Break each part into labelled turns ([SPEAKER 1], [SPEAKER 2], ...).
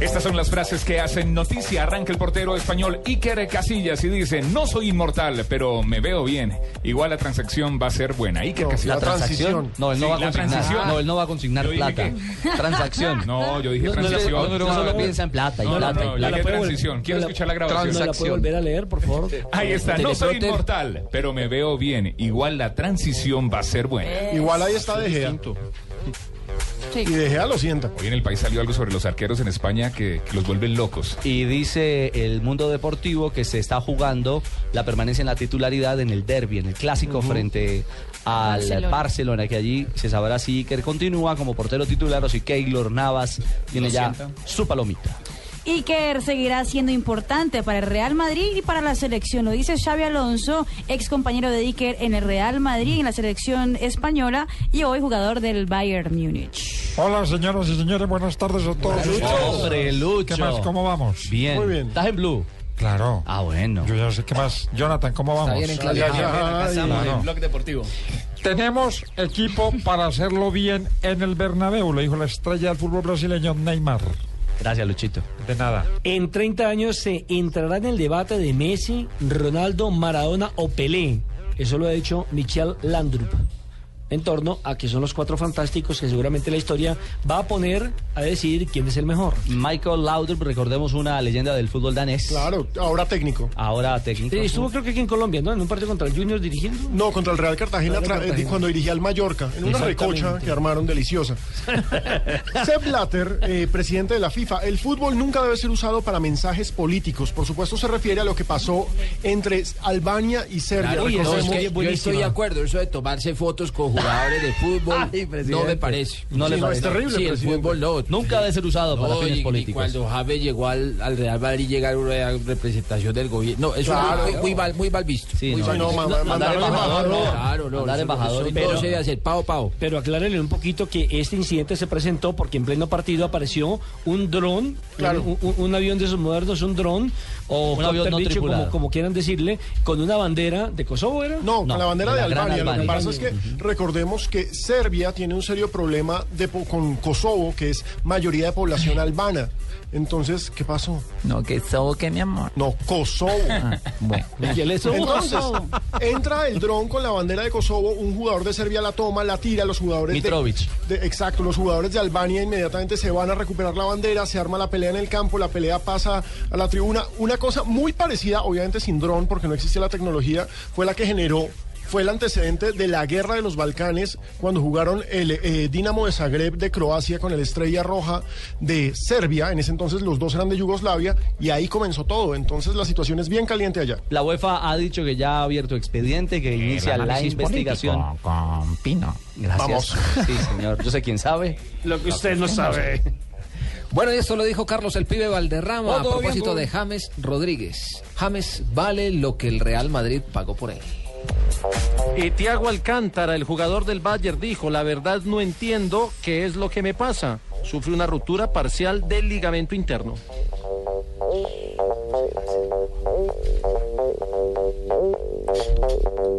[SPEAKER 1] Estas son las frases que hacen noticia. Arranca el portero español Iker Casillas y dice, no soy inmortal, pero me veo bien. Igual la transacción va a ser buena. Iker
[SPEAKER 2] La
[SPEAKER 1] Casillas.
[SPEAKER 2] transición.
[SPEAKER 3] No, él no
[SPEAKER 1] Sí,
[SPEAKER 3] va a
[SPEAKER 1] la
[SPEAKER 3] consignar.
[SPEAKER 1] transición.
[SPEAKER 3] No, él no va a consignar
[SPEAKER 1] Yo dije
[SPEAKER 3] plata. Transacción.
[SPEAKER 1] No, yo dije
[SPEAKER 3] No, no,
[SPEAKER 1] transición.
[SPEAKER 3] no, no, no, no solo piensa en plata y
[SPEAKER 1] No, no,
[SPEAKER 3] plata
[SPEAKER 1] no,
[SPEAKER 3] y
[SPEAKER 1] yo
[SPEAKER 3] plata.
[SPEAKER 1] dije transición. Quiero escuchar la grabación.
[SPEAKER 2] ¿Me la puede
[SPEAKER 3] Transacción.
[SPEAKER 2] volver a leer, por favor?
[SPEAKER 1] Ahí está, no soy
[SPEAKER 3] Teleprompter.
[SPEAKER 1] inmortal, pero me veo bien. Igual la transición va a ser buena.
[SPEAKER 4] Igual ahí está De Gea. Y De Gea lo sienta.
[SPEAKER 1] Hoy en el país salió algo sobre los arqueros en España que, que los vuelven locos.
[SPEAKER 3] Y dice el mundo deportivo que se está jugando la permanencia en la titularidad en el derby, en el clásico frente al Barcelona.
[SPEAKER 5] Barcelona.
[SPEAKER 3] que allí se sabrá si Iker continúa como portero titular o si Keylor Navas tiene
[SPEAKER 1] Lo
[SPEAKER 3] ya
[SPEAKER 1] siento.
[SPEAKER 3] su palomita.
[SPEAKER 5] Iker seguirá siendo importante para el Real Madrid y para la selección. Lo dice Xavi Alonso, ex compañero de Iker en el Real Madrid, en la selección española y hoy jugador del Bayern Múnich.
[SPEAKER 6] Hola, señoras y señores, buenas tardes a todos.
[SPEAKER 3] Hombre, Lucho.
[SPEAKER 6] ¿Qué más? ¿Cómo vamos?
[SPEAKER 3] Bien.
[SPEAKER 4] Muy bien.
[SPEAKER 3] ¿Estás en blue?
[SPEAKER 6] Claro.
[SPEAKER 3] Ah, bueno.
[SPEAKER 6] Yo ya sé qué más. Jonathan, ¿cómo vamos? Claro. Tenemos equipo para hacerlo bien en el Bernabéu, le dijo la estrella del fútbol brasileño Neymar.
[SPEAKER 3] Gracias, Luchito.
[SPEAKER 6] De nada.
[SPEAKER 2] En 30 años se entrará en el debate de Messi, Ronaldo, Maradona o Pelé. Eso lo ha dicho Michel Landrup. En torno a que son los cuatro fantásticos que seguramente la historia va a poner a decidir quién es el mejor.
[SPEAKER 3] Michael Laudrup, recordemos una leyenda del fútbol danés.
[SPEAKER 4] Claro, ahora técnico.
[SPEAKER 3] Ahora técnico.
[SPEAKER 2] Sí, Eh, estuvo creo que aquí en Colombia, ¿no? En un partido contra el Junior dirigiendo.
[SPEAKER 4] No, contra el Real Cartagena,
[SPEAKER 2] Real
[SPEAKER 4] tra- eh,
[SPEAKER 2] Cartagena.
[SPEAKER 4] cuando dirigía al Mallorca, en una
[SPEAKER 2] Exactamente.
[SPEAKER 4] recocha que armaron deliciosa. Sepp Blatter, eh, presidente de la FIFA, el fútbol nunca debe ser usado para mensajes políticos. Por supuesto, se refiere a lo que pasó entre Albania y Serbia.
[SPEAKER 7] Claro, no, es
[SPEAKER 4] Recordemos-
[SPEAKER 7] que yo estoy de acuerdo, eso de tomarse fotos con jugadores de fútbol no me parece.
[SPEAKER 3] No le
[SPEAKER 4] Sí, no, es
[SPEAKER 3] parece.
[SPEAKER 4] terrible,
[SPEAKER 7] Sí, el
[SPEAKER 4] presidente.
[SPEAKER 7] fútbol no.
[SPEAKER 3] Nunca debe ser usado para
[SPEAKER 7] No, y-
[SPEAKER 3] fines
[SPEAKER 7] y
[SPEAKER 3] políticos.
[SPEAKER 7] cuando James llegó al, al Real Madrid, llegar una representación del gobierno. No, eso
[SPEAKER 4] Claro.
[SPEAKER 7] es muy, muy mal, muy mal visto.
[SPEAKER 3] Sí,
[SPEAKER 7] muy
[SPEAKER 3] no,
[SPEAKER 7] mal
[SPEAKER 4] no, ma-
[SPEAKER 7] visto.
[SPEAKER 4] ma- mandar
[SPEAKER 3] embajador,
[SPEAKER 4] embajador,
[SPEAKER 3] no.
[SPEAKER 7] Claro, no.
[SPEAKER 3] Mandar
[SPEAKER 7] eso-
[SPEAKER 3] embajador.
[SPEAKER 7] eso
[SPEAKER 3] pero-
[SPEAKER 7] No se debe hacer pavo, pavo.
[SPEAKER 2] Pero aclárenle un poquito que este incidente se presentó porque en pleno partido apareció un dron,
[SPEAKER 4] Claro.
[SPEAKER 2] un, un- un avión de esos modernos, un dron, o
[SPEAKER 3] Un avión
[SPEAKER 2] cóctel
[SPEAKER 3] no
[SPEAKER 2] bicho,
[SPEAKER 3] tripulado.
[SPEAKER 2] como, como quieran decirle, con una bandera de Kosovo, ¿era?
[SPEAKER 4] No,
[SPEAKER 3] No,
[SPEAKER 4] con la bandera
[SPEAKER 3] de
[SPEAKER 4] de,
[SPEAKER 3] la Gran
[SPEAKER 4] Albania. Lo que
[SPEAKER 3] Albania.
[SPEAKER 4] pasa es que recordemos que Serbia tiene un serio problema de po- con Kosovo, que es mayoría de población albana. Entonces, ¿qué pasó?
[SPEAKER 8] No, que todo que mi amor.
[SPEAKER 4] No, Kosovo.
[SPEAKER 3] Ah.
[SPEAKER 8] Bueno.
[SPEAKER 2] ¿Qué le hizo?
[SPEAKER 4] Entonces, entra el dron con la bandera de Kosovo, un jugador de Serbia la toma, la tira, los jugadores
[SPEAKER 3] Mitrovic.
[SPEAKER 4] De, de- exacto, los jugadores de Albania inmediatamente se van a recuperar la bandera, se arma la pelea en el campo, la pelea pasa a la tribuna. Una cosa muy parecida, obviamente sin dron, porque no existía la tecnología, fue la que generó. Fue el antecedente de la guerra de los Balcanes cuando jugaron el eh, Dinamo de Zagreb de Croacia con el Estrella Roja de Serbia. En ese entonces los dos eran de Yugoslavia y ahí comenzó todo. Entonces la situación es bien caliente allá.
[SPEAKER 3] La UEFA ha dicho que ya ha abierto expediente, que inicia la investigación.
[SPEAKER 8] Con Pino.
[SPEAKER 3] Gracias. Sí, señor. Yo sé quién sabe.
[SPEAKER 2] Lo que usted no sabe.
[SPEAKER 7] Bueno, y esto lo dijo Carlos el pibe Valderrama
[SPEAKER 2] Oh,
[SPEAKER 7] a
[SPEAKER 2] todo bien,
[SPEAKER 7] propósito
[SPEAKER 2] todo
[SPEAKER 7] de
[SPEAKER 2] bien.
[SPEAKER 7] James Rodríguez. James vale lo que el Real Madrid pagó por él.
[SPEAKER 9] Y Tiago Alcántara, el jugador del Bayern, dijo, la verdad no entiendo qué es lo que me pasa. Sufre una ruptura parcial del ligamento interno.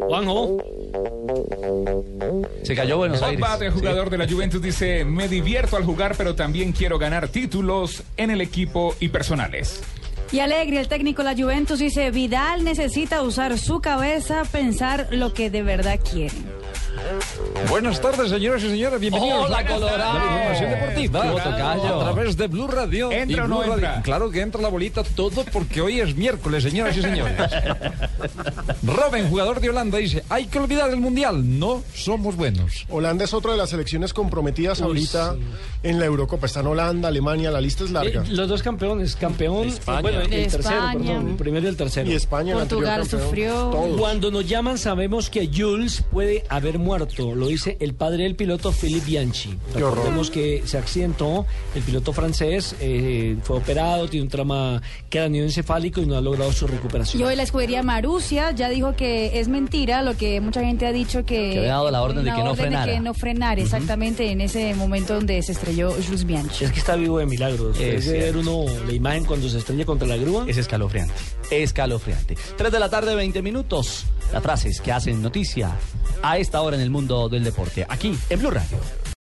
[SPEAKER 2] Juanjo,
[SPEAKER 3] Se cayó Buenos Aires.
[SPEAKER 1] Pogba, de jugador de la Juventus, dice, me divierto al jugar, pero también quiero ganar títulos en el equipo y personales.
[SPEAKER 5] Y Alegre, el técnico de la Juventus, dice, Vidal necesita usar su cabeza, pensar lo que de verdad quiere.
[SPEAKER 6] Buenas tardes, señores y señores. Bienvenidos.
[SPEAKER 3] Hola, Colorado.
[SPEAKER 6] La información deportiva.
[SPEAKER 3] Qué tocayo.
[SPEAKER 6] A través de Blue Radio. y
[SPEAKER 1] ¿Entra o no
[SPEAKER 6] Blue Radio.
[SPEAKER 1] entra?
[SPEAKER 6] Claro que entra la bolita todo porque hoy es miércoles, señoras y señores. Robin, jugador de Holanda, dice, hay que olvidar el Mundial. No somos buenos.
[SPEAKER 4] Holanda es otra de las selecciones comprometidas
[SPEAKER 2] Uy,
[SPEAKER 4] ahorita
[SPEAKER 2] sí.
[SPEAKER 4] en la Eurocopa. Están Holanda, Alemania, la lista es larga.
[SPEAKER 2] eh, los dos campeones, campeón, eh,
[SPEAKER 9] España.
[SPEAKER 2] bueno, el
[SPEAKER 5] De
[SPEAKER 2] tercero,
[SPEAKER 5] España.
[SPEAKER 2] perdón, el primero y el tercero.
[SPEAKER 4] y España, el anterior
[SPEAKER 5] Portugal
[SPEAKER 4] campeón.
[SPEAKER 5] sufrió.
[SPEAKER 4] Todos.
[SPEAKER 2] Cuando nos llaman sabemos que Jules puede haber muerto, lo dice el padre del piloto Philippe Bianchi.
[SPEAKER 4] Qué horror.
[SPEAKER 2] Recordemos que se accidentó, el piloto francés eh, fue operado, tiene un trauma cráneoencefálico y no ha logrado su recuperación.
[SPEAKER 5] Y hoy la escudería Marusia ya dijo que es mentira lo que mucha gente ha dicho que...
[SPEAKER 3] Que había dado la orden de
[SPEAKER 5] una
[SPEAKER 3] que no
[SPEAKER 5] orden
[SPEAKER 3] frenara.
[SPEAKER 5] que no frenara, exactamente, en ese momento donde se estrelló Jules Bianchi.
[SPEAKER 2] Es que está vivo de milagros.
[SPEAKER 3] Es
[SPEAKER 2] Es de ver uno la imagen cuando se estrella contra la grúa.
[SPEAKER 3] Es escalofriante. Escalofriante. 3 de la tarde, 20 minutos. Las frases que hacen noticia a esta hora en el mundo del deporte. Aquí, en Blue Radio.